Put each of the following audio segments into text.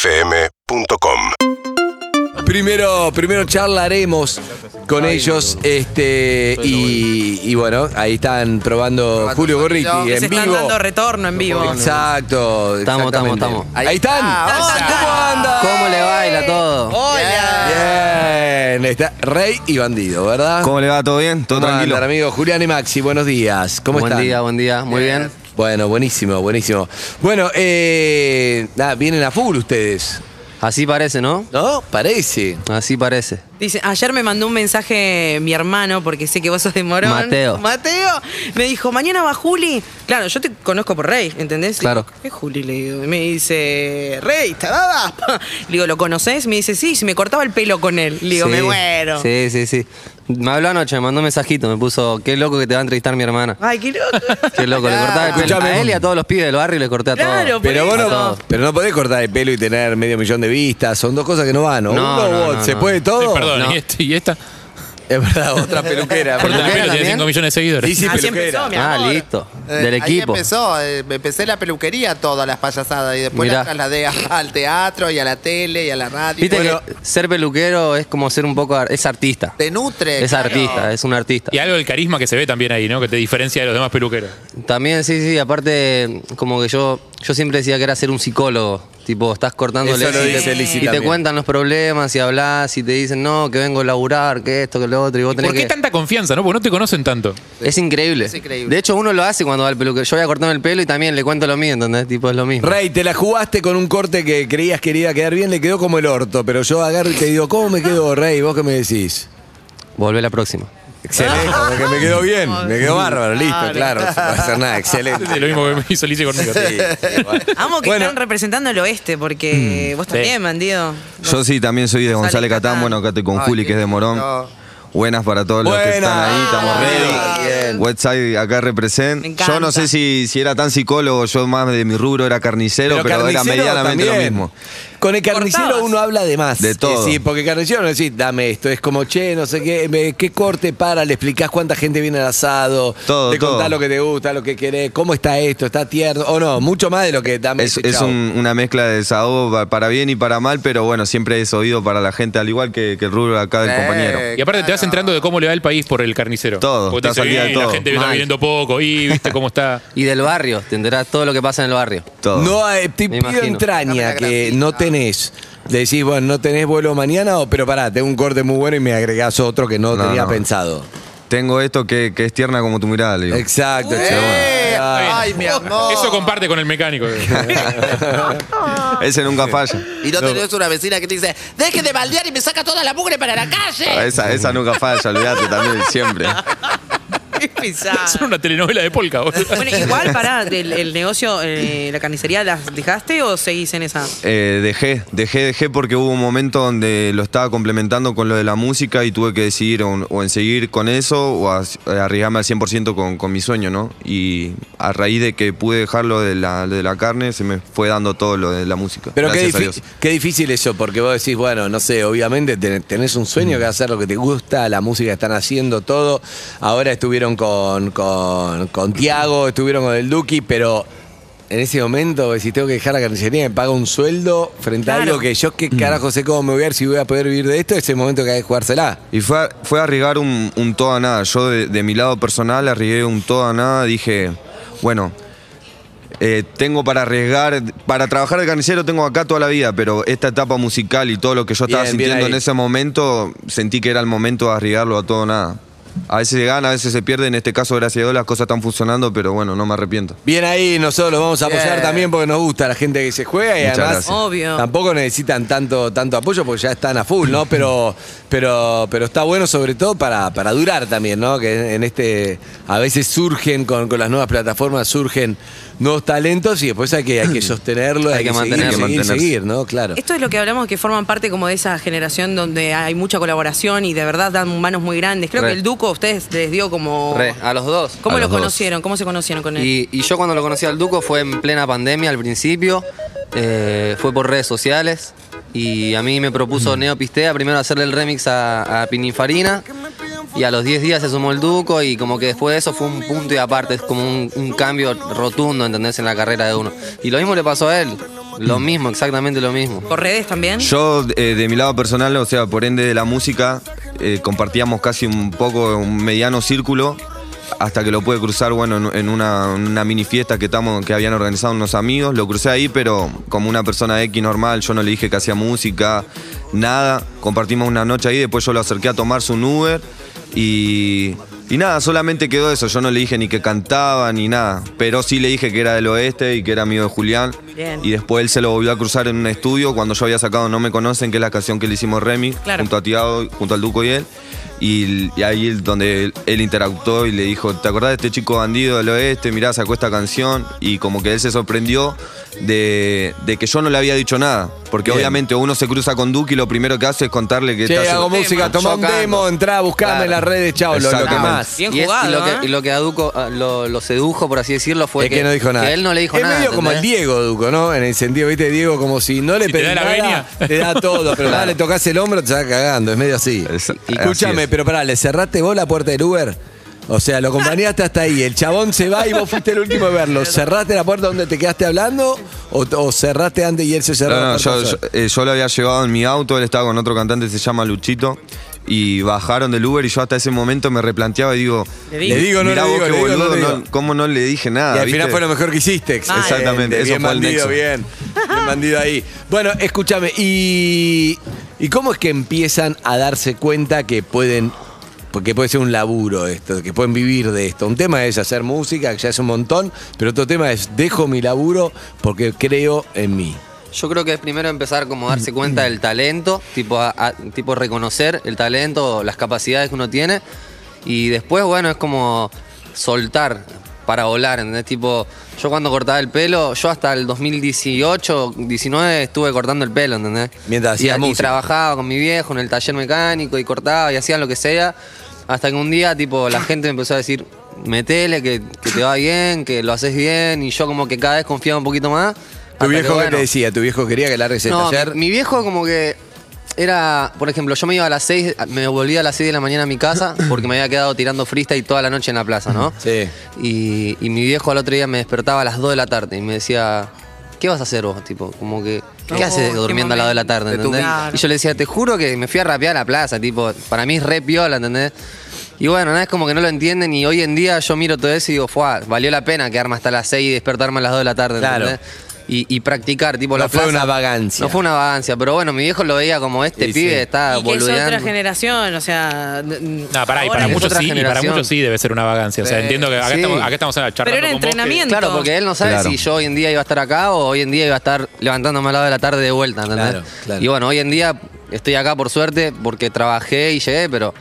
UrbanaPlayFM.com Primero, primero charlaremos con ellos este y, y bueno, ahí están probando Julio Gorriti Se en están vivo. dando retorno en vivo. Exacto. Estamos, exactamente. estamos, estamos. Ahí están. ¿Cómo andan? ¿Cómo le baila todo? Hola. Bien, está Rey y Bandido, ¿verdad? ¿Cómo le va? ¿Todo bien? ¿Todo ¿Cómo tranquilo? andan, amigos? Julián y Maxi, buenos días. ¿Cómo buen están? día, buen día. Muy bien. Bueno, buenísimo, buenísimo. Bueno, eh, nada, vienen a full ustedes, Así parece, ¿no? ¿no? Parece. Así parece. Dice, ayer me mandó un mensaje mi hermano, porque sé que vos sos de Morón. Mateo. Mateo. Me dijo, mañana va Juli. Claro, yo te conozco por Rey, ¿entendés? Claro. Digo, ¿Qué Juli? Le digo. Y me dice, Rey, tarada. Le digo, ¿lo conocés? Me dice, sí, si me cortaba el pelo con él. Le digo, Sí. me muero. Sí, sí, sí. Me habló anoche, me mandó un mensajito, me puso, qué loco que te va a entrevistar mi hermana. Ay, qué loco. Qué loco, le cortaba el pelo Escuchame. a él y a todos los pibes del barrio le corté a todos. Claro, por Pero eso. vos no, todos. pero no podés cortar el pelo y tener medio millón de vistas. Son dos cosas que no van. O No, uno no, o no, ¿Se no. puede todo? Sí, perdón, ¿y, este- y esta? Es verdad, otra peluquera. Corta ¿Peluquera el pelo, tiene también? 5 millones de seguidores. Sí, sí, Así empezó, peluquera. mi Ah, amor. listo. Eh, Del equipo. Ahí empezó, eh, empecé la peluquería, todas las payasadas y después Mirá. la trasladé a- al teatro y a la tele y a la radio. Viste Bueno, que ser peluquero es como ser un poco, ar- es artista. te nutre. Eh, Es artista, es un artista. Y algo del carisma que se ve también ahí, ¿no? Que te diferencia de los demás peluqueros. También, sí, sí, aparte, como que yo, yo siempre decía que era ser un psicólogo. Tipo, estás cortándole Eso lo y te- dice Lizzy y te también. cuentan los problemas y hablas y te dicen, no, que vengo a laburar, que esto, que lo otro. Y vos tenés ¿Por qué que- tanta confianza, no? Porque no te conocen tanto. Es increíble. Es increíble. De hecho, uno lo hace cuando va al peluquero. Yo voy a cortarme el pelo y también le cuento lo mío, ¿entendés? Tipo, es lo mismo. Rey, te la jugaste con un corte que creías que le iba a quedar bien, le quedó como el orto. Pero yo agarro y te digo, ¿cómo me quedó, Rey? ¿Vos qué me decís? Volvé la próxima. Excelente, porque me quedó bien, me quedó bárbaro, listo, claro, no va a hacer nada, Es excelente. lo mismo que me hizo Lice conmigo. Amo que Bueno. están representando el oeste, Mm, porque vos también, bandido. Yo sí, también soy de González González Catán. Catán. Bueno, acá estoy con Ay, Juli, que es de Morón. no. Buenas para todos los que Buenas. están ahí, estamos Ah, ready. bien. Website acá represent. Me encanta. Yo no sé si, si era tan psicólogo, yo más de mi rubro era carnicero, pero, era carnicero medianamente también. lo mismo. Con el carnicero Cortabas. uno habla de más. De Eh, todo. Sí, porque carnicero no decís, dame esto, es como, che, no sé qué, me- qué corte para, le explicás cuánta gente viene al asado, Todo, te contás todo. lo que te gusta, lo que querés, cómo está esto, está tierno, o no, mucho más de lo que dame. Es, este, es chau. un- una mezcla de desahogo pa- para bien y para mal, pero bueno, siempre es oído para la gente, al igual que, que el rubro acá del Eh, compañero. Y aparte te vas enterando de cómo le va el país por el carnicero. Todo, Porque te estás dice, al día de "Y todo". la gente viene Mal. viniendo poco, y viste cómo está. Y del barrio, te enterás todo lo que pasa en el barrio. Todo. No, eh, te Me pido imagino. entraña Dame la que grasita. no tenés. Le decís, bueno, no tenés vuelo mañana, o, pero pará, tengo un corte muy bueno y me agregás otro que no, No, tenía no. pensado. Tengo esto que, que es tierna como tu mirada, le digo. Exacto, Eh, chabón. Ah, ay, mi amor. Eso comparte con el mecánico. Ese nunca falla. Y no tenés una vecina que te dice, deje de baldear y me saca toda la mugre para la Ah, calle. Esa, esa nunca falla, olvídate también, siempre. Qué pesado. Son una telenovela de polka, boludo. Bueno, igual, pará, el, el negocio, eh, la carnicería, ¿las dejaste o seguís en esa? Eh, dejé, dejé, dejé porque hubo un momento donde lo estaba complementando con lo de la música y tuve que decidir o, o en seguir con eso o a- eh, arriesgarme al 100% con, con mi sueño, ¿no? Y a raíz de que pude dejarlo de la, de la carne, se me fue dando todo lo de la música. Pero qué, gracias a difi- Dios. qué difícil eso, porque vos decís, bueno, no sé, obviamente ten- tenés un sueño que Mm. hacer lo que te gusta, la música que están haciendo, todo. Ahora estuvieron con, con, con Tiago, estuvieron con el Duki, pero en ese momento, si tengo que dejar la carnicería, me paga un sueldo frente a Claro. algo que yo, Mm. qué carajo sé cómo me voy a ver si voy a poder vivir de esto, es el momento que hay que jugársela. Y fue, a- fue a arriesgar un, un todo a nada. Yo de, de mi lado personal arriesgué un todo a nada. Dije, bueno, eh, tengo para arriesgar, para trabajar de carnicero tengo acá toda la vida, pero esta etapa musical y todo lo que yo estaba Bien, bien sintiendo ahí. en ese momento, sentí que era el momento de arriesgarlo a todo o nada. A veces se gana, a veces se pierde. En este caso, gracias a Dios, las cosas están funcionando, pero bueno, no me arrepiento. Bien ahí, nosotros los vamos a apoyar Bien. también porque nos gusta la gente que se juega y Muchas además gracias. Obvio. tampoco necesitan tanto, tanto apoyo porque ya están a full, ¿no? Pero, pero, pero está bueno sobre todo para, para durar también, ¿no? Que en este a veces surgen con, con las nuevas plataformas, surgen nuevos talentos y después hay que, hay que sostenerlo, hay, Hay que seguir, mantenerlo. seguir, Mantenerse. seguir, ¿no? Claro. Esto es lo que hablamos que forman parte como de esa generación donde hay mucha colaboración y de verdad dan manos muy grandes. Creo Re. que el Duco a ustedes les dio como... Re, a los dos. Oh. ¿Cómo A lo los dos. conocieron? ¿Cómo se conocieron con él? Y, y yo cuando lo conocí al Duco fue en plena pandemia al principio. eh, fue por redes sociales. Y a mí me propuso Neo Pistea primero hacerle el remix a, a Pininfarina. Y a los 10 días se sumó el Duco y como que después de eso fue un punto y aparte, es como un, un cambio rotundo, ¿entendés? En la carrera de uno. Y lo mismo le pasó a él. Mm. Lo mismo, exactamente lo mismo. ¿Por redes también? Yo, eh, de mi lado personal, o sea, por ende de la música, eh, compartíamos casi un poco, un mediano círculo, hasta que lo pude cruzar, bueno, en, en una, una mini fiesta que, estamos, que habían organizado unos amigos. Lo crucé ahí, pero como una persona X normal, yo no le dije que hacía música, nada. Compartimos una noche ahí, después yo lo acerqué a tomarse un Uber y... Y nada, solamente quedó eso. Yo no le dije ni que cantaba ni nada. Pero sí le dije que era del oeste y que era amigo de Julián. Bien. Y después él se lo volvió a cruzar en un estudio cuando yo había sacado No Me Conocen, que es la canción que le hicimos Remy, Claro. junto a Tiago, junto al Duco y él. Y, y ahí es donde él, él interactuó y le dijo, ¿te acordás de este chico bandido del oeste? Mirá, sacó esta canción. Y como que él se sorprendió de, de que yo no le había dicho nada. Porque Bien. obviamente uno se cruza con Duque y lo primero que hace es contarle que Che, está... hago música, toma un chocando. demo, entrá, buscame Claro. en las redes, chao, lo, lo que Exactamente. más. Bien y, es- y jugado, lo que, ¿eh? y lo que a Duco, ah, lo, lo sedujo, por así decirlo, fue es que, no dijo nada. que él no le dijo es nada. medio como el ¿entendés? Diego, Duco, ¿no? En el sentido, viste, Diego, como si no le Si te pedís da la nada, venia. te da todo, pero nada, le tocas el hombro, te está cagando, es medio así. Es- así Escúchame, es. pero pará, ¿le cerraste vos la puerta del Uber? O sea, lo acompañaste hasta ahí, el chabón se va y vos fuiste el último a verlo. ¿Cerraste la puerta donde te quedaste hablando o, o cerraste antes y él se cerró No, la no, puerta yo, yo, sola? eh, yo lo había llevado en mi auto, él estaba con otro cantante, se llama Luchito, y bajaron del Uber y yo hasta ese momento me replanteaba y digo, Le Le digo, no mirá le vos digo, qué le digo, no boludo, le digo. no- cómo no le dije nada. Y al ¿viste? final fue lo mejor que hiciste. Exactamente, eso bien fue el bandido, nexo. bien. Bien bandido ahí. Bueno, escúchame, y, ¿y cómo es que empiezan a darse cuenta que pueden, porque puede ser un laburo esto, que pueden vivir de esto? Un tema es hacer música, que ya es un montón, pero otro tema es dejo mi laburo porque creo en mí. Yo creo que es primero empezar como a darse cuenta del talento, tipo, a- a- tipo reconocer el talento, las capacidades que uno tiene. Y después, bueno, es como soltar para volar, ¿entendés? Tipo, yo cuando cortaba el pelo, yo hasta el 2018, 19 estuve cortando el pelo, ¿entendés? Mientras y, hacías y música. trabajaba con mi viejo en el taller mecánico y cortaba y hacía lo que sea. Hasta que un día, tipo, la gente me empezó a decir, metele, que, que te va bien, que lo haces bien. Y yo como que cada vez confiaba un poquito más. hasta ¿Tu que, viejo qué bueno, te decía? ¿Tu viejo quería que largues el no, taller? Mi, mi viejo como que era, por ejemplo, yo me iba a las 6, me volvía a las 6 de la mañana a mi casa porque me había quedado tirando freestyle toda la noche en la plaza, ¿no? Sí. Y, y mi viejo al otro día me despertaba a las 2 de la tarde y me decía, ¿qué vas a hacer vos? Tipo, como que, ¿qué No, haces qué durmiendo a las 2 de la tarde? De tu ¿entendés? vida. Y yo le decía, te juro que me fui a rapear a la plaza, tipo, para mí es re piola, ¿entendés? Y bueno, nada, es como que no lo entienden y hoy en día yo miro todo eso y digo, fuá, valió la pena quedarme hasta las 6 y despertarme a las 2 de la tarde, Claro. ¿entendés? Y, y practicar, tipo, No la fue plaza. una vagancia. No fue una vagancia, pero bueno, mi viejo lo veía como este Y pibe sí. está y que es otra boludeando. generación, o sea. No, No, pará, y Ahora para es muchos otra sí, y para generación. muchos sí debe ser una vagancia. O sea, Eh, entiendo que acá, sí. estamos, acá estamos charlando Pero era con vos que- entrenamiento. Claro, porque él no sabe Claro. si yo hoy en día iba a estar acá o hoy en día iba a estar levantándome a las 2 de la tarde de vuelta, ¿entendés? Claro, claro. Y bueno, hoy en día estoy acá por suerte porque trabajé y llegué, pero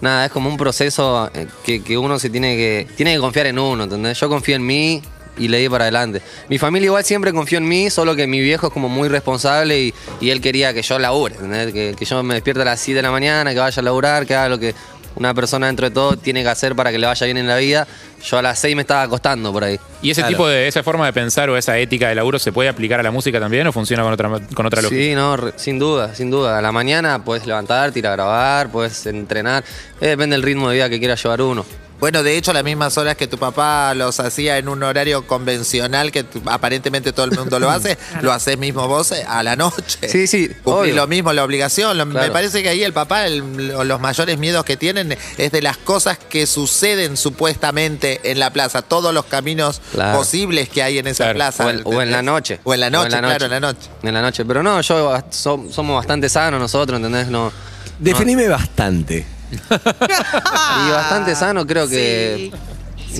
nada, es como un proceso eh, que, que uno se tiene que tiene que confiar en uno, ¿entendés? Yo confío en mí y le di para adelante. Mi familia igual siempre confió en mí, solo que mi viejo es como muy responsable y, y él quería que yo labure, ¿entendés? Que, que yo me despierta a las 7 de la mañana, que vaya a laburar, que haga lo que una persona dentro de todo tiene que hacer para que le vaya bien en la vida. Yo a las 6 me estaba acostando por ahí. Y ese Claro. tipo de esa forma de pensar o esa ética de laburo se puede aplicar a la música también o funciona con otra con otra lógica. Sí, no, re- sin duda, sin duda. A la mañana puedes levantarte, ir a grabar, puedes entrenar. Eh, depende del ritmo de vida que quiera llevar uno. Bueno, de hecho, las mismas horas que tu papá los hacía en un horario convencional, que tu- aparentemente todo el mundo lo hace, lo haces mismo vos eh, a la noche. Sí, sí, Cumplís obvio. lo mismo, la obligación. Lo- Me Claro. parece que ahí el papá, el- lo- los mayores miedos que tienen es de las cosas que suceden supuestamente en la plaza, todos los caminos Claro. posibles que hay en esa Claro. plaza. O en- o en la noche. O en la O en la noche, claro, noche. en la noche. En la noche. Pero no, yo ah, so- somos bastante sanos nosotros, ¿entendés? No. Definime bastante. Ah. Y bastante sano creo que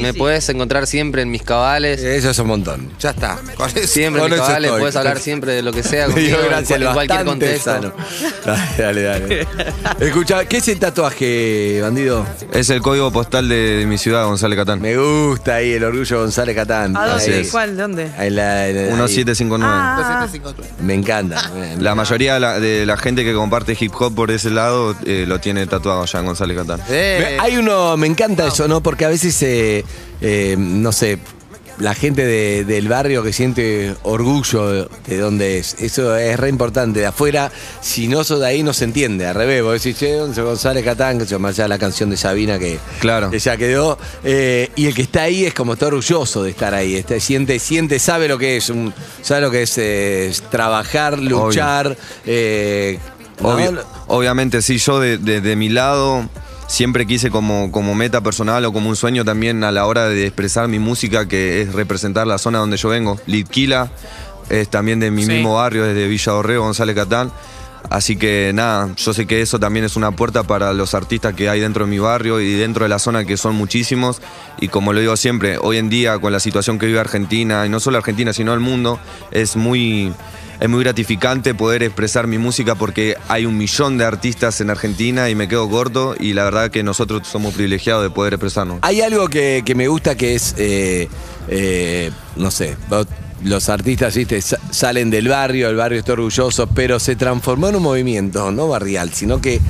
me puedes encontrar siempre en mis cabales. Eso es un montón. Ya Ah, está. Eh, Con eso- Siempre en Con mis eso cabales, estoy. puedes hablar siempre de lo que sea Le conmigo, dio en gracias, cual- en, lo cualquier bastante contexto. sano. Dale, dale, dale. Escucha, ¿qué es el tatuaje, bandido? Es el código postal de, de mi ciudad, González Catán. Me gusta ahí el orgullo González Catán. ¿A Así dónde? es. ¿Cuál? ¿Dónde? Ahí la- en- ahí. 1759. Ah, Me encanta. La mayoría de la, de la gente que comparte hip hop por ese lado eh, lo tiene tatuado ya en González Catán. Eh, Me- Hay uno, me encanta eso, ¿no? Porque a veces, eh, eh, no sé, la gente de- del barrio que siente orgullo de, de donde es. Eso es re importante. De afuera, si no sos de ahí, no se entiende. Al revés, vos decís, che, ¿dónde está González Catán, que se llama ya la canción de Sabina que Claro. que ya quedó. Eh, y el que está ahí es como está orgulloso de estar ahí. Está- siente, siente, sabe lo que es, un- sabe lo que es, eh, es trabajar, luchar. eh, ¿no? Obvio- Obviamente, sí, yo de, de- de mi lado siempre quise como, como meta personal o como un sueño también a la hora de expresar mi música, que es representar la zona donde yo vengo. Litquila es también de mi Sí. mismo barrio, es de Villa Orreo, González Catán. Así que nada, yo sé que eso también es una puerta para los artistas que hay dentro de mi barrio y dentro de la zona que son muchísimos. Y como lo digo siempre, hoy en día con la situación que vive Argentina, y no solo Argentina, sino el mundo, es muy, es muy gratificante poder expresar mi música porque hay un millón de artistas en Argentina y me quedo corto y la verdad que nosotros somos privilegiados de poder expresarnos. Hay algo que, que me gusta que es, eh, eh, no sé, vos- los artistas ¿viste? sa- salen del barrio, el barrio está orgulloso, pero se transformó en un movimiento, no barrial, sino que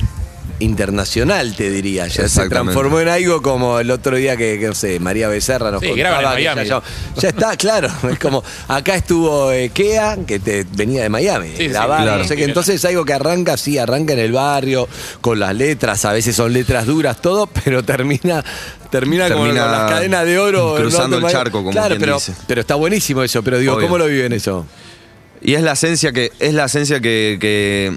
internacional, te diría. Ya se Exactamente. transformó en algo como el otro día que, que, no sé, María Becerra nos Sí, contaba graban en que ya- Miami. ya, ya está, claro. Es como, acá estuvo eh, Kea, que te, venía de Miami, Sí, sí, grababa, claro. no sé qué. Entonces es algo que arranca, sí, arranca en el barrio, con las letras, a veces son letras duras, todo, pero termina... Termina Está como Termina con las cadenas de oro. cruzando ¿no? el charco, como claro, quien pero, dice. pero está buenísimo eso. Pero digo, Obvio. ¿cómo lo viven eso? Y es la esencia que, es la esencia que, que-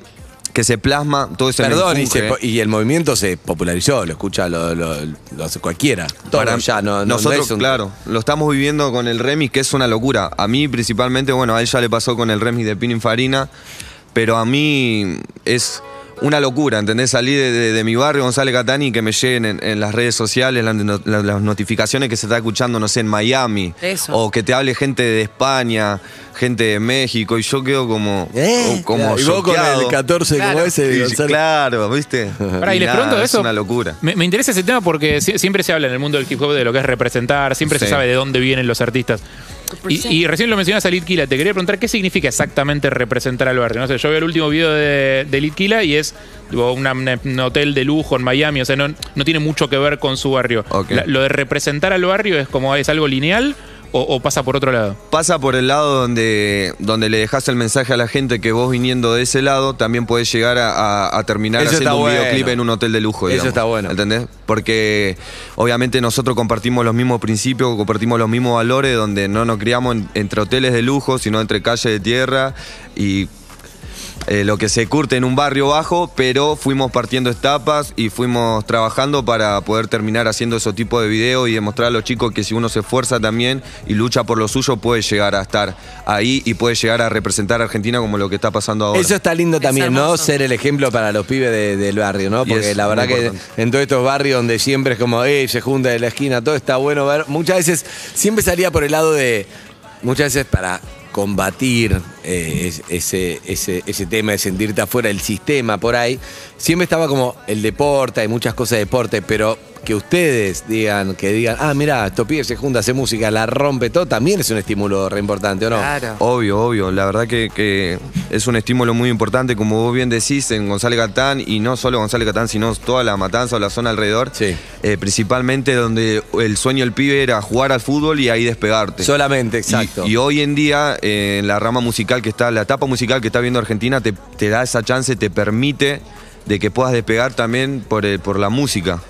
que se ¿eh? plasma todo ese Perdón, y, menjunje. se po- y el movimiento se popularizó, lo escucha lo, lo- lo hace cualquiera. Todo Para ya, no, no- no nosotros, es un- claro, lo estamos viviendo con el remix, que es una locura. A mí principalmente, bueno, a él ya le pasó con el remix de Pininfarina, pero a mí es una locura, ¿entendés? Salí de, de- de mi barrio, González Catani, y que me lleguen en, en las redes sociales las, no- la- las notificaciones que se está escuchando, no sé, en Miami, Eso. o que te hable gente de España, gente de México, y yo quedo como... ¿Eh? como y vos con el choqueado. 14 como Claro. ese, Sí, Gonzalo. claro, ¿viste? Pará, y les nada, pregunto de es eso. una locura. Me, me interesa ese tema porque si- siempre se habla en el mundo del hip hop de lo que es representar, siempre se Sí. sabe de dónde vienen los artistas. Y, y recién lo mencionas a Litkila, te quería preguntar qué significa exactamente representar al barrio. No sé, yo veo el último video de, de Litkila y es tipo, una- una- un hotel de lujo en Miami, o sea, no, no tiene mucho que ver con su barrio. Ok. La- lo de representar al barrio es como es algo lineal o, o pasa por otro lado. pasa por el lado donde, donde le dejas el mensaje a la gente que vos viniendo de ese lado también podés llegar a, a- a terminar Eso haciendo está un bueno. videoclip en un hotel de lujo. Eso digamos. está bueno. ¿Entendés? Porque obviamente nosotros compartimos los mismos principios, compartimos los mismos valores, donde no nos criamos en- entre hoteles de lujo, sino entre calles de tierra y eh, lo que se curte en un barrio bajo, pero fuimos partiendo etapas y fuimos trabajando para poder terminar haciendo ese tipo de videos y demostrar a los chicos que si uno se esfuerza también y lucha por lo suyo, puede llegar a estar ahí y puede llegar a representar a Argentina como lo que está pasando ahora. Eso está lindo Es también, ¿no? hermoso. Ser el ejemplo para los pibes de- del barrio, ¿no? Y Porque es la muy verdad que importante. en todos estos barrios donde siempre es como, eh, se junta de la esquina, todo está bueno ver. Muchas veces, siempre salía por el lado de, muchas veces para combatir eh, es- ese, ese, ese tema de sentirte afuera del sistema por ahí, siempre estaba como el deporte, hay muchas cosas de deporte, pero que ustedes digan, que digan, ah, mira, estos pibes se juntan, hace música, la rompe todo, también es un estímulo re importante, ¿o no? Claro. Obvio, obvio. La verdad que, que es un estímulo muy importante, como vos bien decís, en González Catán, y no solo González Catán, sino toda la matanza o la zona alrededor. Sí. Eh, principalmente donde el sueño del pibe era jugar al fútbol y ahí despegarte. Solamente, exacto. Y, y hoy en día, eh, en la rama musical que está, la etapa musical que está viendo Argentina, te, te da esa chance, te permite de que puedas despegar también por, eh, por la música.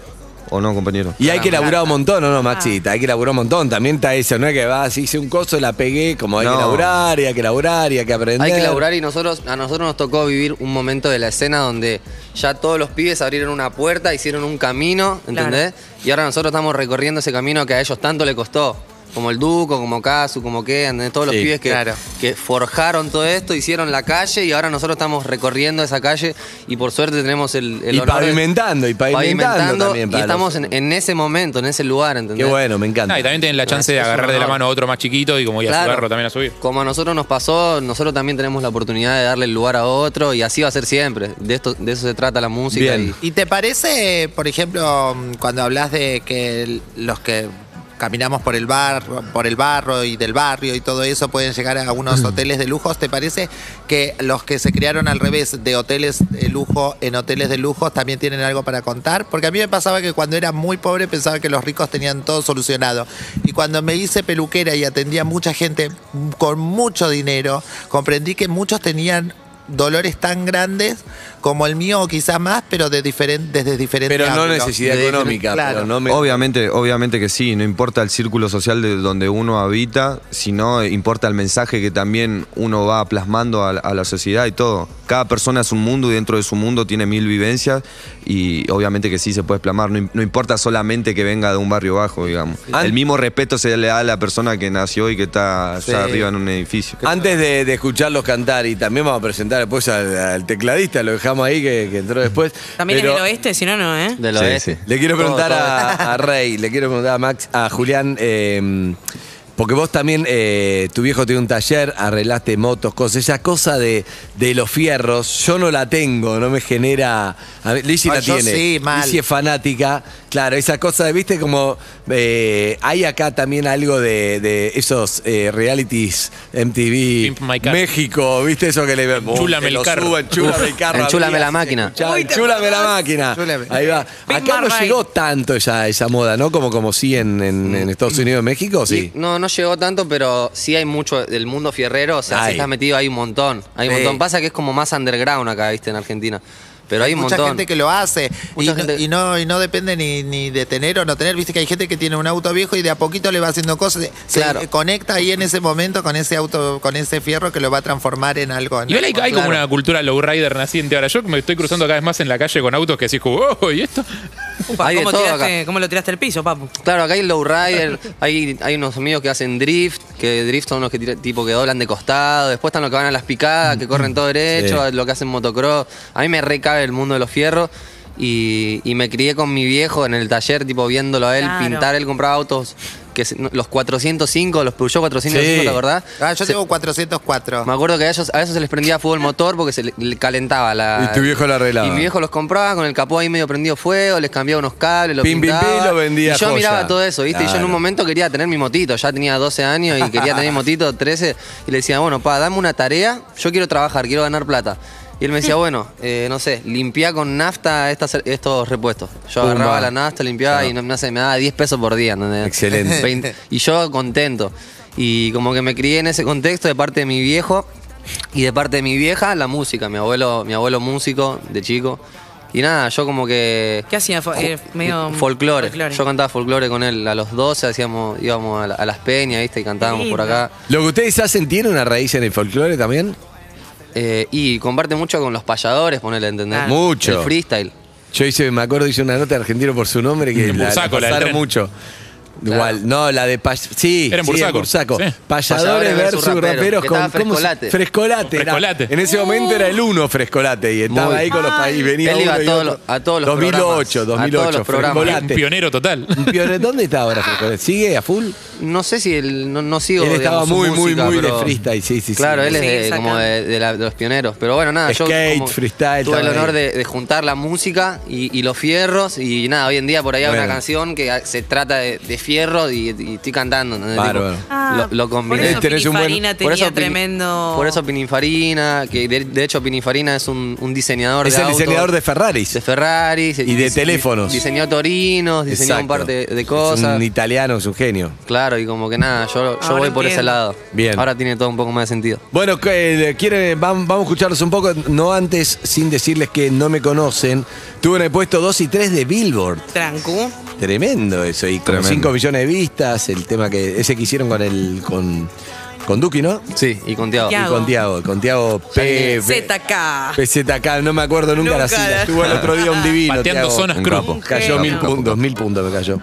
¿O no, compañero? Y hay que laburar un montón, ¿o no, Maxita? Hay que laburar un montón. También está eso, no es que vas, hice un coso, la pegué, como hay que No. laburar, y hay que laburar, y hay que aprender. Hay que laburar y nosotros, a nosotros nos tocó vivir un momento de la escena donde ya todos los pibes abrieron una puerta, hicieron un camino, ¿entendés? Y ahora nosotros estamos recorriendo ese camino que a ellos tanto le costó. Como el Duco, como Casu, como que, ¿entendés? todos los Sí, pibes que, claro. que forjaron todo esto, hicieron la calle y ahora nosotros estamos recorriendo esa calle y por suerte tenemos el, el Y honor de- pavimentando, y pavimentando también para y estamos los- en, en ese momento, en ese lugar, Qué ¿entendés? bueno, me encanta. Ah, y también tienen la chance de Es un agarrar de la honor. mano a otro más chiquito y como y Claro. ayudarlo también a subir. Como a nosotros nos pasó, nosotros también tenemos la oportunidad de darle el lugar a otro y así va a ser siempre. De esto, de eso se trata la música. Bien. y- ¿Y te parece, por ejemplo, mm, cuando hablas de que el- los que caminamos por el barro, por el barro y del barrio y todo eso, pueden llegar a unos hoteles de lujos. ¿Te parece que los que se crearon al revés de hoteles de lujo en hoteles de lujos también tienen algo para contar? Porque a mí me pasaba que cuando era muy pobre pensaba que los ricos tenían todo solucionado. Y cuando me hice peluquera y atendía mucha gente con mucho dinero, comprendí que muchos tenían dolores tan grandes como el mío o quizás más, pero de diferen- desde diferentes Pero no ángulos. necesidad De diferen- económica. Claro. pero no me- Obviamente, obviamente que sí, no importa el círculo social de donde uno habita, sino importa el mensaje que también uno va plasmando a, la- a la sociedad y todo. Cada persona es un mundo y dentro de su mundo tiene mil vivencias y obviamente que sí se puede plasmar, no, im- no importa solamente que venga de un barrio bajo, digamos. An- El mismo respeto se le da a la persona que nació y que está allá Sí. arriba en un edificio. Antes de, de escucharlos cantar, y también vamos a presentar después al, al tecladista, lo dejamos ahí que, que entró después. También pero es del oeste, si no, no, ¿eh? De lo Sí, es. sí. Le quiero Todo, preguntar todo. a, a Rey, le quiero preguntar a Max, a Julián, eh, porque vos también, eh, tu viejo tiene un taller, arreglaste motos, cosas, esa cosa de, de los fierros, yo no la tengo, no me genera. A ver, Lizzy Ah, la yo tiene. sí, mal. Lizzy es fanática. Claro, esa cosa de, viste, como eh, hay acá también algo de, de esos eh, realities Pimp My MTV Car. México, viste, eso que le vemos. Enchúlame el carro. Enchúlame el carro. Enchúlame abrí, la así, máquina. escuchá, Uy, te Enchúlame la máquina. Enchúlame. Ahí va. Big Acá no Mar llegó tanto esa, esa moda, ¿no? Como, como sí en, Mm. en- en Estados Unidos, México, sí. Y- No, no llegó tanto, pero sí hay mucho del mundo fierrero. O sea, Ay. si estás metido hay un montón. Hay un Sí. montón. Pasa que es como más underground acá, viste, en Argentina. Pero hay, un mucha montón. gente que lo hace y Mucha no, gente- y no y no depende ni, ni de tener o no tener viste que hay gente que tiene un auto viejo y de a poquito le va haciendo cosas se Claro. conecta ahí en ese momento con ese auto con ese fierro que lo va a transformar en algo en Y igual hay, algo. hay como una cultura lowrider naciente. Ahora yo me estoy cruzando cada vez más en la calle con autos que decís, oh, ¿y esto? Upa, Hay de ¿cómo, todo tiraste- cómo lo tiraste al piso, papu? Claro, acá hay lowrider, hay, hay unos amigos que hacen drift, que drift son los que tira- tipo que doblan de costado, después están los que van a las picadas, que corren todo derecho, Sí. lo que hacen motocross. A mí me recabe el mundo de los fierros y, y me crié con mi viejo en el taller, tipo viéndolo a él Claro. pintar, él compraba autos, que se- no, los 405, los Peugeot 405, Sí. ¿la verdad? Ah, yo Se- tengo 404 me acuerdo que a ellos a veces se les prendía fuego el motor porque se le, le calentaba la. Y tu viejo lo arreglaba. Y mi viejo los compraba con el capó ahí medio prendido fuego, les cambiaba unos cables, los Pim, pim, pim, pintaba. lo vendía Y yo joya. miraba todo eso, ¿viste? Y yo en Claro. un momento quería tener mi motito, ya tenía 12 años y quería tener mi motito, 13. Y le decía, bueno, pa, dame una tarea, yo quiero trabajar, quiero ganar plata. Y él me decía, bueno, eh, no sé, limpia con nafta estas, estos repuestos. Yo Pumba. agarraba la nafta, limpiaba y no, no sé, me daba 10 pesos por día. ¿entendés? Excelente. 20. y yo contento. Y como que me crié en ese contexto de parte de mi viejo y de parte de mi vieja, la música. Mi abuelo, mi abuelo músico de chico. Y nada, yo como que. ¿Qué hacía? Fo- eh, medio- folclore. folclore. Yo cantaba folclore con él. A los 12 hacíamos, íbamos a, la- a las peñas, ¿viste? Y cantábamos Lindo. por acá. Lo que ustedes hacen tiene una raíz en el folclore también. Eh, y comparte mucho con los payadores, ponele, ¿entendés? Claro. Mucho. El freestyle. Yo hice, me acuerdo, hice una nota de argentino por su nombre que En la, la Bursaco, la del pasaron tren. mucho. Igual, no, la de Pay- sí, Era en sí, Bursaco, sí. Payadores Payadores versus versus raperos, raperos, que con estaba ¿cómo se- Frescolate. Frescolate, era- Frescolate. En ese momento era el uno Frescolate y estaba Muy. ahí con los países, venía Él uno iba a y todos otro. los- a todos los 2008, programas, a 2008, todos los programas. Un Frescolate. pionero total. Un pionero. ¿Dónde está ahora Frescolate? ¿Sigue a full? No sé si él, no, no sigo. Él estaba digamos, su muy, muy, música, muy de pero- freestyle, sí, sí, sí. Claro, él es de- Sí, como sacan. de, de la- de los pioneros. Pero bueno, nada, Skate, yo. como freestyle, Tuve el estaban honor ahí. de, de juntar la música y, y los fierros. Y nada, hoy en día por ahí hay Bueno. una canción que ah, se trata de, de fierros y, y estoy cantando. ¿entendés? Bárbaro. Este- Tipo, Ah, lo, lo Por combiné. eso Tenés un buen- Pininfarina tenía Pini- tremendo... Por eso Pininfarina, que de, de hecho Pininfarina es un, un diseñador Es de el autos, diseñador de Ferraris. de Ferrari. Y de teléfonos. Diseñó Torinos, diseñó un par de, de Es cosas. un italiano es un genio. Claro, y como que nada, yo, yo Ahora voy por ese entiendo. lado. Bien. Ahora tiene todo un poco más de sentido. Bueno, que, eh, quieren, vam- vamos a escucharlos un poco, no antes, sin decirles que no me conocen. Tuve en el puesto 2 y 3 de Billboard. Trancu. Tremendo eso, y como Tremendo. 5 millones de vistas, el tema que ese que hicieron con el con, con Duki, ¿no? Sí, y con Tiago. Y Tiago. con Tiago, con Tiago Eh, P, ZK. PZK, no me acuerdo nunca, la Nunca sigla. la- Estuvo el otro día un divino. Pateando Tiago. zonas Un cruz. capo. Cayó Genio. mil puntos, mil puntos me cayó.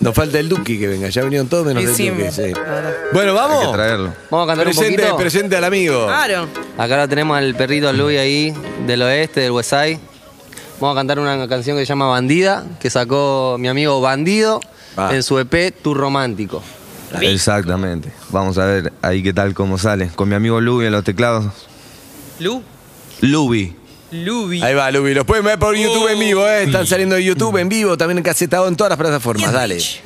Nos falta el Duki que venga, ya vinieron todos menos el Encima. Duki. sí. Bueno, vamos. Hay que traerlo. Vamos a cantar presente, un poquito. presente al amigo. Claro. Acá lo tenemos al perrito Luis ahí, del oeste, del West Side. Vamos a cantar una canción que se llama Bandida, que sacó mi amigo Bandido Va. en su EP Tu Romántico. Exactamente. Vamos a ver ahí qué tal cómo sale. Con mi amigo Lubi en los teclados. Lu. Lubi. Lubi. Ahí va, Lubi. Los pueden ver por Mm. YouTube en vivo, eh. Están saliendo de YouTube en vivo, también en Casetado, en todas las plataformas. Dale. Twitch.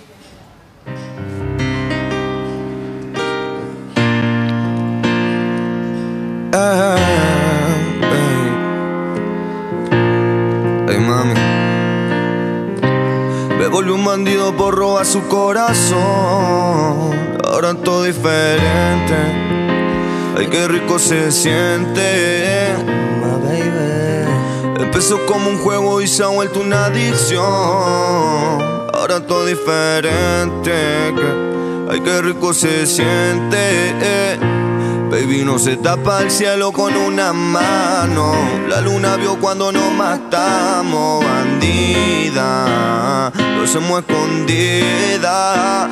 ay. Ay, mami. Me volví un bandido por robar su corazón. Ahora todo diferente. Ay, qué rico se siente. My baby. Empezó como un juego y se ha vuelto una adicción. Ahora todo diferente. que- Ay, qué rico se siente. Baby, no se tapa el cielo con una mano. La luna vio cuando nos matamos, bandida. Lo hacemos escondida.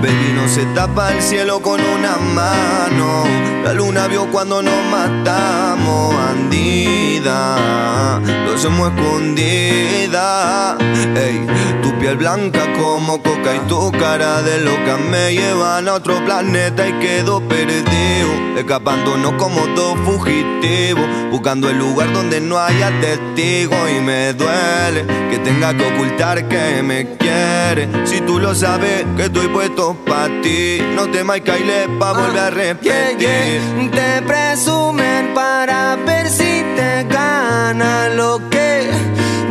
Baby, no se tapa el cielo con una mano. La luna vio cuando nos matamos, bandida. Lo hacemos escondida. Ey, tu piel blanca como coca y tu cara de loca me llevan a otro planeta y quedo perdido. Escapándonos como dos fugitivos. Buscando el lugar donde no haya testigos. Y me duele que tenga que ocultar que me quiere. Si tú lo sabes, que estoy puesto pa' ti. No temas, Kyle, pa' volver Ah, a repetir. Te presumen para ver si te gana lo que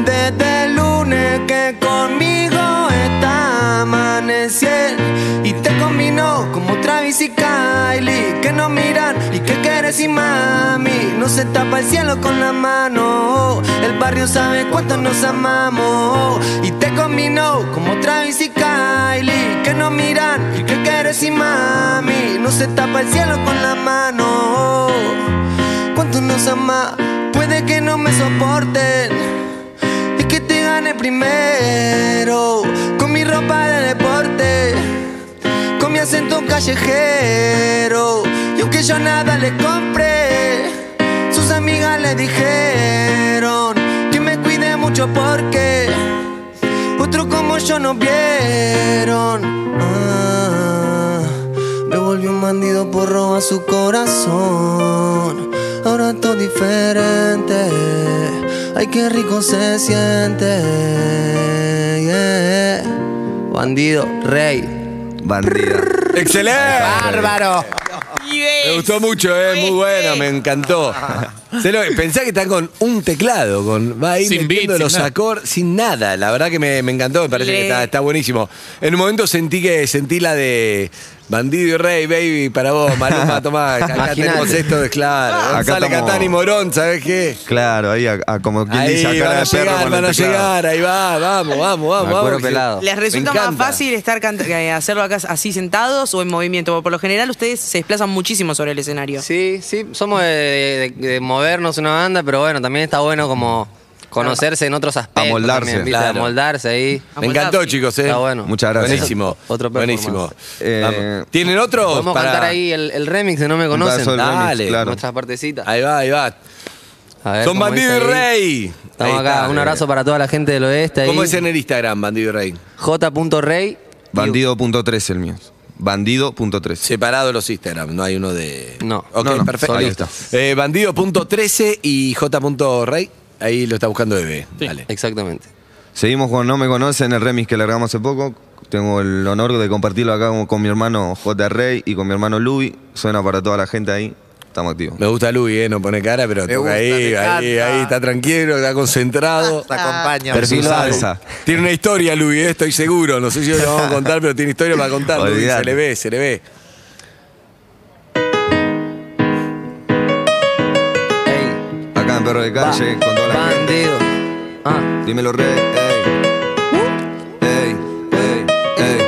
desde el lunes que conmigo está amanecer y te combinó como Travis y Kylie que no miran y que quieres y mami no se tapa el cielo con la mano el barrio sabe cuánto nos amamos y te combinó como Travis y Kylie que no miran y que quieres y mami no se tapa el cielo con la mano cuánto nos ama puede que no me soporten y que te gane primero con mi ropa de deporte, con mi acento callejero. Y aunque yo nada le compré, sus amigas le dijeron que me cuide mucho porque otros como yo no vieron. Ah, me volvió un bandido por robar su corazón. Ahora todo diferente. Ay, qué rico se siente. yeah. Bandido, rey. Bandida. ¡Excelente! Bárbaro. Me gustó mucho, eh, muy bueno, me encantó. Se lo- Pensá que está con un teclado, con va ahí Sin metiendo beat, sin los nada. acordes, sin nada. La verdad que me, me encantó, me parece Le- que está, está buenísimo. En un momento sentí que sentí la de Bandido y Rey, baby, para vos, Maluma, tomá, acá Imaginate. tenemos esto de claro. Acá Gonzalo estamos. Catán y Morón, ¿sabés qué? Claro, ahí a- a- como quien Ahí dice, a cara van a de perro llegar, con el van a teclado. llegar, ahí va, vamos, vamos, vamos. Me vamos, acuerdo que- pelado. ¿Les Me resulta más encanta. fácil estar cant- eh, hacerlo acá así sentados o en movimiento? Porque por lo general ustedes se desplazan muchísimo sobre el escenario. Sí, sí, somos de, de- de movernos una banda, pero bueno, también está bueno como conocerse en otros aspectos. Amoldarse. también, ¿viste? Claro. Amoldarse ahí. Me encantó, chicos, eh. Está bueno. Muchas gracias. Buenísimo. Otro performance. Buenísimo. Eh, Vamos. ¿Tienen otro? Podemos Para- cantar ahí el, el remix de No Me Un Conocen. pedazo del remix, Dale. claro. Nuestras partecitas. Ahí va, ahí va. A ver Son cómo dice Bandido ahí. y Rey. Estamos Ahí acá. está. Un abrazo para toda la gente del oeste. ahí. ¿Cómo es en el Instagram, Bandido y Rey? J.Rey. Bandido.3 el mío. Bandido.3. Separados los Instagram, no hay uno de. No. Ok, No, no, perfecto. ahí listo. está. Eh, Bandido.13 y J.Rey. Ahí lo está buscando Bebe. Dale. Exactamente. Seguimos con No Me Conocen, el remix que largamos hace poco. Tengo el honor de compartirlo acá con, con mi hermano J. Rey y con mi hermano Lubi. Suena para toda la gente ahí. Estamos activos. Me gusta Luis, eh, no pone cara, pero toca gusta, ahí, me ahí, encanta. ahí, está tranquilo, está concentrado. Te acompaña. Perfil Jesús. salsa. Tiene una historia, Luis, eh, estoy seguro. No sé si hoy la vamos a contar, pero tiene historia para contar, Luis. Se Olvidate. le ve, se le ve. Ey, Acá en Perro de Calle, ba- con toda la gente. Bandido. Ah, Dímelo, Rey. Ey. Ey, ey, ey.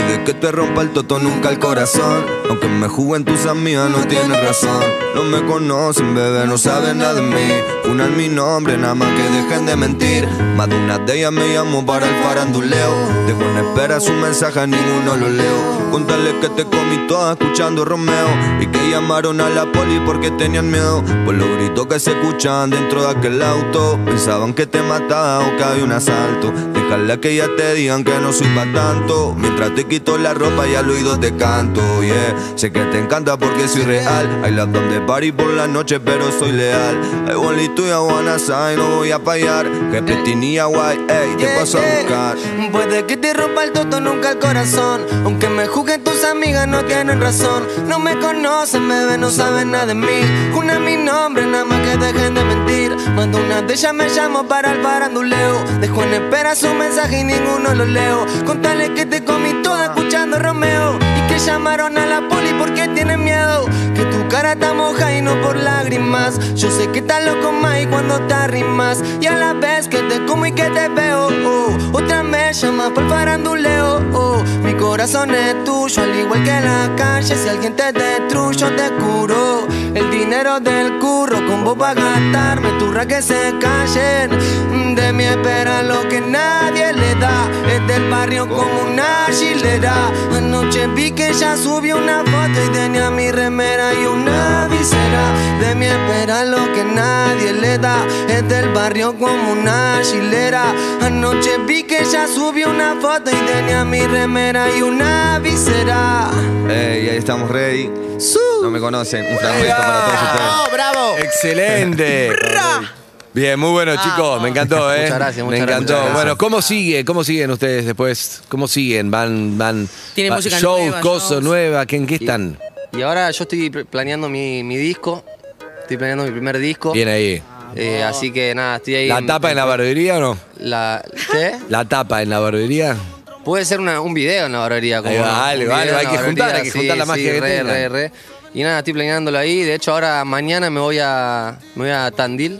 Puede que te rompa el toto, nunca el corazón. Aunque me juguen tus amigas, no tienes razón. No me conocen, bebé, no saben nada de mí. Unan mi nombre, nada más que dejen de mentir. Más de una de ellas me llamó para el faranduleo. Dejo en espera su mensaje, a ninguno lo leo. Contale que te comí toda escuchando Romeo. Y que llamaron a la poli porque tenían miedo. Por los gritos que se escuchaban dentro de aquel auto. Pensaban que te mataba o que había un asalto. Déjala que ya te digan que no soy pa' tanto. Mientras te quito la la ropa y al oído te canto, yeah. Sé que te encanta porque soy real. I love donde party por la noche, pero soy leal. I only tú y wanna sign, no voy a fallar. Que petinía guay, ey, te Yeah, paso a yeah. buscar. Puede que te rompa el toto, nunca el corazón. Aunque me juzguen tus amigas, no tienen razón. No me conocen, me ven, no saben nada de mí. Una mi nombre, nada más que dejen de mentir. Mando una de ellas, me llamo para el paranduleo. Dejo en espera su mensaje y ninguno lo leo. Contale que te comí toda escuchando Romeo. Y que llamaron a la poli porque tienen miedo. Que tu cara está moja y no por lágrimas. Yo sé que estás loco, más y cuando te arrimas. Y a la vez que te como y que te veo. oh, otra me llama por faranduleo. oh. Mi corazón es tuyo, al igual que la calle. Si alguien te destruyo, te curo. El dinero del curro con vos va a gastarme. Turra que se callen. De mi espera lo que nadie le da. Es del barrio como una chilera. Anoche vi que ella subió una foto y tenía mi remera y una visera. De mi espera lo que nadie le da. Es del barrio como una chilera. Anoche vi que ella subió una foto y tenía mi remera y una visera. Ey, ahí estamos ready. No me conocen, un fragmento para todos ustedes. ¡Bravo, bravo! Excelente. Bien, muy bueno, chicos. Me encantó, ¿eh? Muchas gracias, Me muchas gracias, encantó. muchas gracias. Bueno, ¿cómo sigue? ¿Cómo siguen ustedes después? ¿Cómo siguen? ¿Van, van? Tiene va- música shows, nueva, cosas shows. nuevas? ¿Qué- ¿En qué están? Y ahora yo estoy pl- planeando mi, mi disco. Estoy planeando mi primer disco. Bien ahí. Eh, así que nada, estoy ahí. ¿La tapa en la barbería o no? La, ¿Qué? ¿La tapa en la barbería? Puede ser una- un video en la barbería. Como Ahí va, un algo, video algo, en hay la que juntar, barbería, hay que juntar la magia que re, tengan. re, re. Y nada, estoy planeándolo ahí. De hecho, ahora mañana me voy a, me voy a Tandil.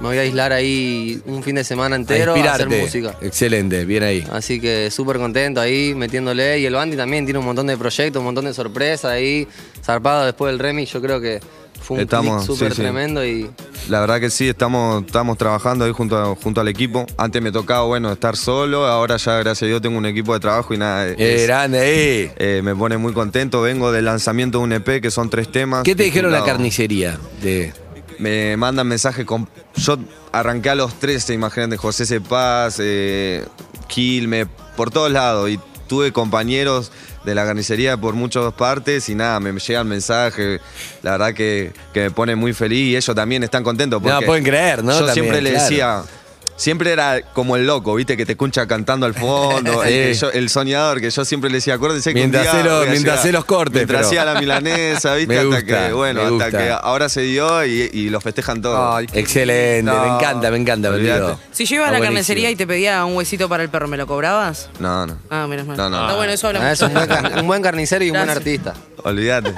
Me voy a aislar ahí un fin de semana A entero a, hacer inspirarte. música. Ah, Excelente, bien ahí. Así que súper contento ahí metiéndole. Y el Bandy también tiene un montón de proyectos, un montón de sorpresas ahí. Zarpado después del remix, yo creo que fue un Estamos, click súper sí, sí. tremendo. Y La verdad que sí, estamos, estamos trabajando ahí junto, a- junto al equipo. Antes me tocaba, bueno, estar solo. Ahora ya, gracias a Dios, tengo un equipo de trabajo y nada. es- Eh, grande ahí. eh, me pone muy contento. Vengo del lanzamiento de un EP que son tres temas. ¿Qué te dijeron la Disfrutado. carnicería? De... Me mandan mensajes con. Yo arranqué a los 13, imagínate, José Cepaz, eh, Quilme, por todos lados. Y tuve compañeros de la carnicería por muchas partes y nada, me llegan mensajes. La verdad que, que me pone muy feliz y ellos también están contentos. No, Porque pueden creer, ¿no? Yo También, siempre le claro. decía. Siempre era como el loco, viste, que te escucha cantando al fondo, Sí. el, que yo- el soñador, que yo siempre le decía, acuérdense que un Mientras día hacé los- voy a mientras llegar". hacé los cortes, Mientras pero- hacía la milanesa, viste, Me hasta gusta, que, bueno, me hasta que gusta. ahora se dio y, y los festejan todos. Excelente, me No, encanta, me encanta, me olvídate. olvido. Si yo iba a Está la buenísimo. carnicería y te pedía un huesito para el perro, ¿me lo cobrabas? No, no. Ah, menos mal. No, no. Está bueno, Ah, eso habla nada, es mucho. un buen, car- un buen carnicero y un buen Gracias. artista. Olvídate.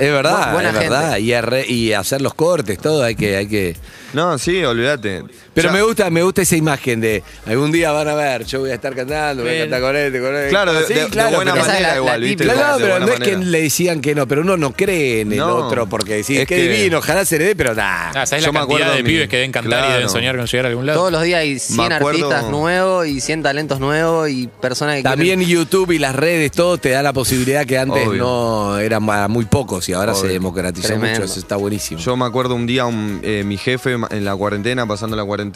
Es verdad, Bu- buena es verdad. gente. Y, arre- y hacer los cortes, todo, hay que, hay que. No, sí, olvídate. Pero Ya- me gusta, me gusta esa imagen de algún día van a ver, yo voy a estar cantando, voy a cantar con este, con este. Claro, de, Sí, de- de claro, buena pero- esa es manera la- igual, la viste. típica. Claro, De pero no buena es que manera. le decían que no, pero uno no cree en el No. otro porque decís, Es qué que- divino, ojalá se le dé, pero nada. Ah, ¿sabes Yo me la cantidad acuerdo de mi- pibes que deben cantar y deben claro. soñar con llegar a algún lado? Todos los días hay 100 acuerdo- artistas nuevos y 100 talentos nuevos y personas que También YouTube y las redes, todo te da la posibilidad que antes Obvio. no eran ma- muy pocos y ahora se Obvio. democratizó Tremendo. mucho, eso está buenísimo. Yo me acuerdo un día, un- eh, mi jefe ma- en la cuarentena, pasando la cuarentena,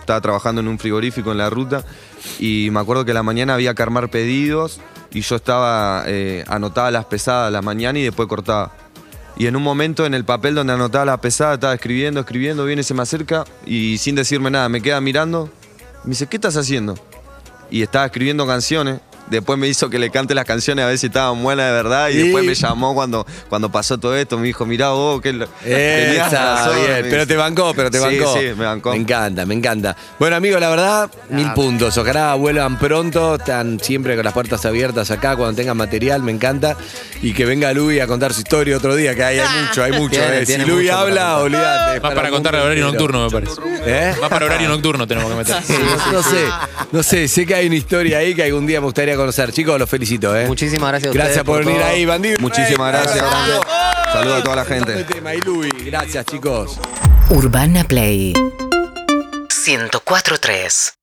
estaba trabajando en un frigorífico en la ruta y me acuerdo que a la mañana había que armar pedidos y yo estaba, eh, anotaba las pesadas a la mañana y después cortaba. Y en un momento en el papel donde anotaba las pesadas, estaba escribiendo, escribiendo, viene, se me acerca y sin decirme nada, me queda mirando, me dice, ¿qué estás haciendo? Y estaba escribiendo canciones. Después me hizo que le cante las canciones a ver si estaban buenas de verdad. Y Sí. después me llamó cuando, cuando pasó todo esto. Me dijo, mirá vos, que Tenías Esa, razón, bien. amigo. Pero te bancó, pero te Sí, bancó. sí, me bancó. encanta, me encanta. Bueno, amigo, la verdad, mil puntos. Ojalá vuelvan pronto. Están siempre con las puertas abiertas acá cuando tengan material, me encanta. Y que venga Luis a contar su historia otro día, que hay, hay mucho, hay mucho. Tiene, eh. tiene si Luis mucho para habla, contar. olvídate. es Más para el contar el mundo horario entero. nocturno, me parece. ¿Eh? Más para horario nocturno tenemos que meter. No sé, no sé, sé que hay una historia ahí que algún día me gustaría conocer. Chicos, los felicito, ¿eh? Muchísimas gracias a Gracias ustedes por, por venir todo. ahí, bandido. Muchísimas gracias. Abrazo. Saludos a toda la gente. Tema, y Luis, gracias, chicos. Urbana Play 104.3